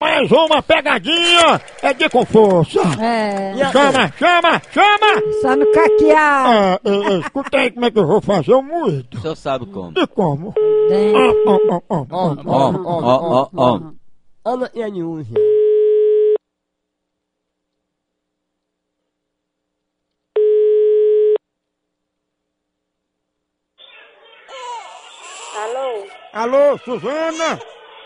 mais uma pegadinha é de com força. É, Chama, chama, chama! só no caquear. Ah, é, é, escuta aí como é que eu vou fazer o moído. O senhor sabe como. E como? Dentro. Ah, ah, ah, ah, ah. Ó, ó, ó, ó. Ana e a Niúja. Alô? Alô, Suzana?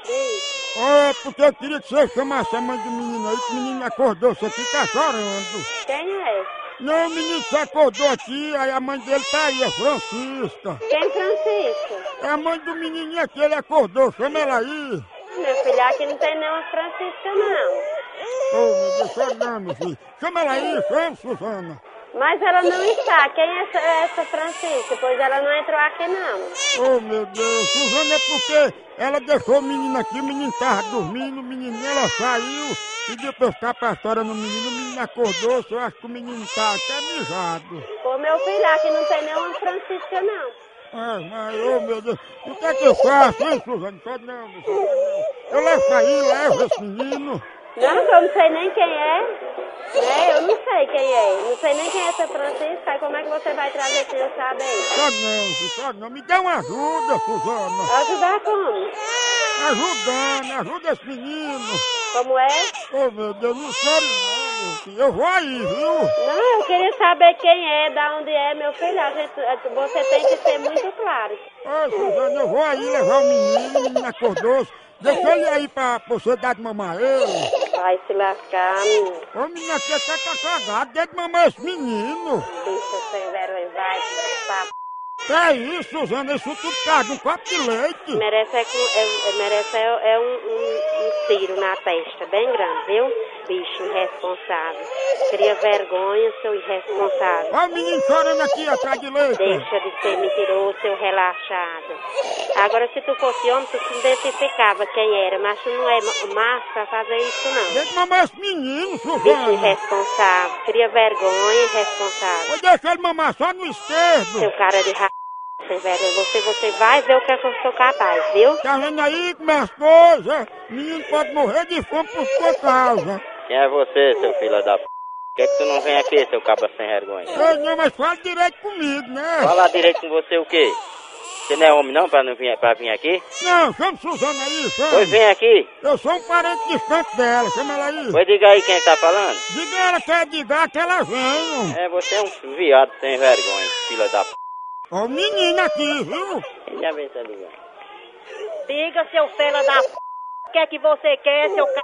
Diz. É, porque eu queria que você chamasse a mãe do menino aí, que o menino acordou, você aqui tá chorando. Quem é? Não, o menino se acordou aqui, aí a mãe dele tá aí, é Francisca. Quem Francisco? É a mãe do menininho aqui, ele acordou, chama ela aí. Meu filho, aqui não tem nenhuma Francisca, não. Ô, meu Deus, só não, meu filho. Chama ela aí, chama, Suzana. Mas ela não está. Quem é essa, essa Francisca? Pois ela não entrou aqui, não. Ô, Oh, meu Deus, Suzana é porque ela deixou o menino aqui, o menino tava dormindo, o menininho, ela saiu, pediu pra eu ficar pra história no menino, o menino acordou, eu acho que o menino tá até mijado. Pô, meu filho, aqui não tem nenhuma Francisca, não. Ah, mas, ô meu Deus, o que é que eu faço, hein, Suzana? Só não, meu filho, não. Eu levo aí, levo esse menino. Não, que eu não sei nem quem é. Né? Eu não sei quem é. Não sei nem quem é essa Francisca. Aí como é que você vai trazer quem não sabe aí? Só não, filho, só não. Me dá uma ajuda, Suzana. Ajudar como? Ajudando, ajuda esse menino. Como é? Ô meu Deus, não chore não, meu filho. Eu vou aí, viu? Não, eu queria saber quem é, da onde é, meu filho. A gente, você tem que ser muito claro. Ô, Suzana, eu vou aí levar o menino, o menino acordou. Deixa ele aí pra, pra você dar de mamar ele. Vai se lascar, menino. Ô menino, aqui você tá cagado, dê de mamar esse menino. Bicho sem vergonha, vai se lascar. Que é isso, Suzana, isso tudo cai de um copo de leite. Merece, é, com- é- é- merece é, é um, um, um tiro na testa, bem grande, viu? Bicho irresponsável. Cria vergonha, seu irresponsável. Olha o menino chorando aqui atrás de leite. Deixa de ser mentiroso, seu relaxado. Agora, se tu fosse homem, tu se identificava quem era, mas tu não é ma- massa pra fazer isso, não. Deixa eu mamar esse menino, Bicho Suzana. irresponsável, cria vergonha, irresponsável. Vou deixar ele mamar só no esquerdo. Seu cara de ra... sem vergonha, você, você vai ver o que é que eu sou capaz, viu? Tá vendo aí como é as coisas? Menino pode morrer de fome por sua causa. Quem é você, seu filho da p? Por que, que tu não vem aqui, seu cabra sem vergonha? Ei, não, mas fala direito comigo, né? Falar direito com você o quê? Você não é homem não pra, não vir, pra vir aqui? Não, chama Suzana aí, Pois é. chama. vem aqui. Eu sou um parente distante dela, chama ela aí. Pois diga aí quem tá falando. Diga ela que é de gato, ela vem. É, você é um viado sem vergonha, filho da p. Ó, o menino aqui, viu? Ele já vem tá ligado. Diga, seu fela da p... O que é que você quer, seu c...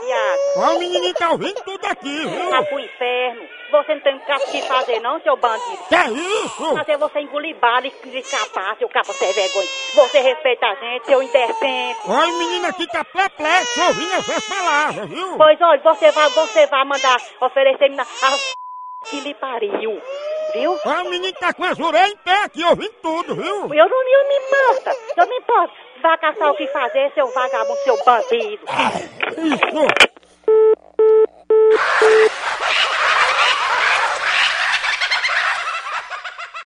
viado? Ó, o menininho tá ouvindo tudo aqui, Vá viu? pro inferno. Você não tem um caso que fazer, não, seu bandido. Que é isso? Fazer você engolir bala e se escapar, seu capa sem vergonha. Você respeita a gente, seu indecente. Ó, o menino aqui tá perplexo ouvindo essas palavras, viu? Pois olha, você vai, você vai mandar oferecer-me na- a p... que lhe pariu, viu? Ó, o menino tá com as orelhas em pé aqui, ouvindo tudo, viu? Eu não eu me importa, eu me importo. Vá caçar o que fazer, seu vagabundo, seu bandido. Isso!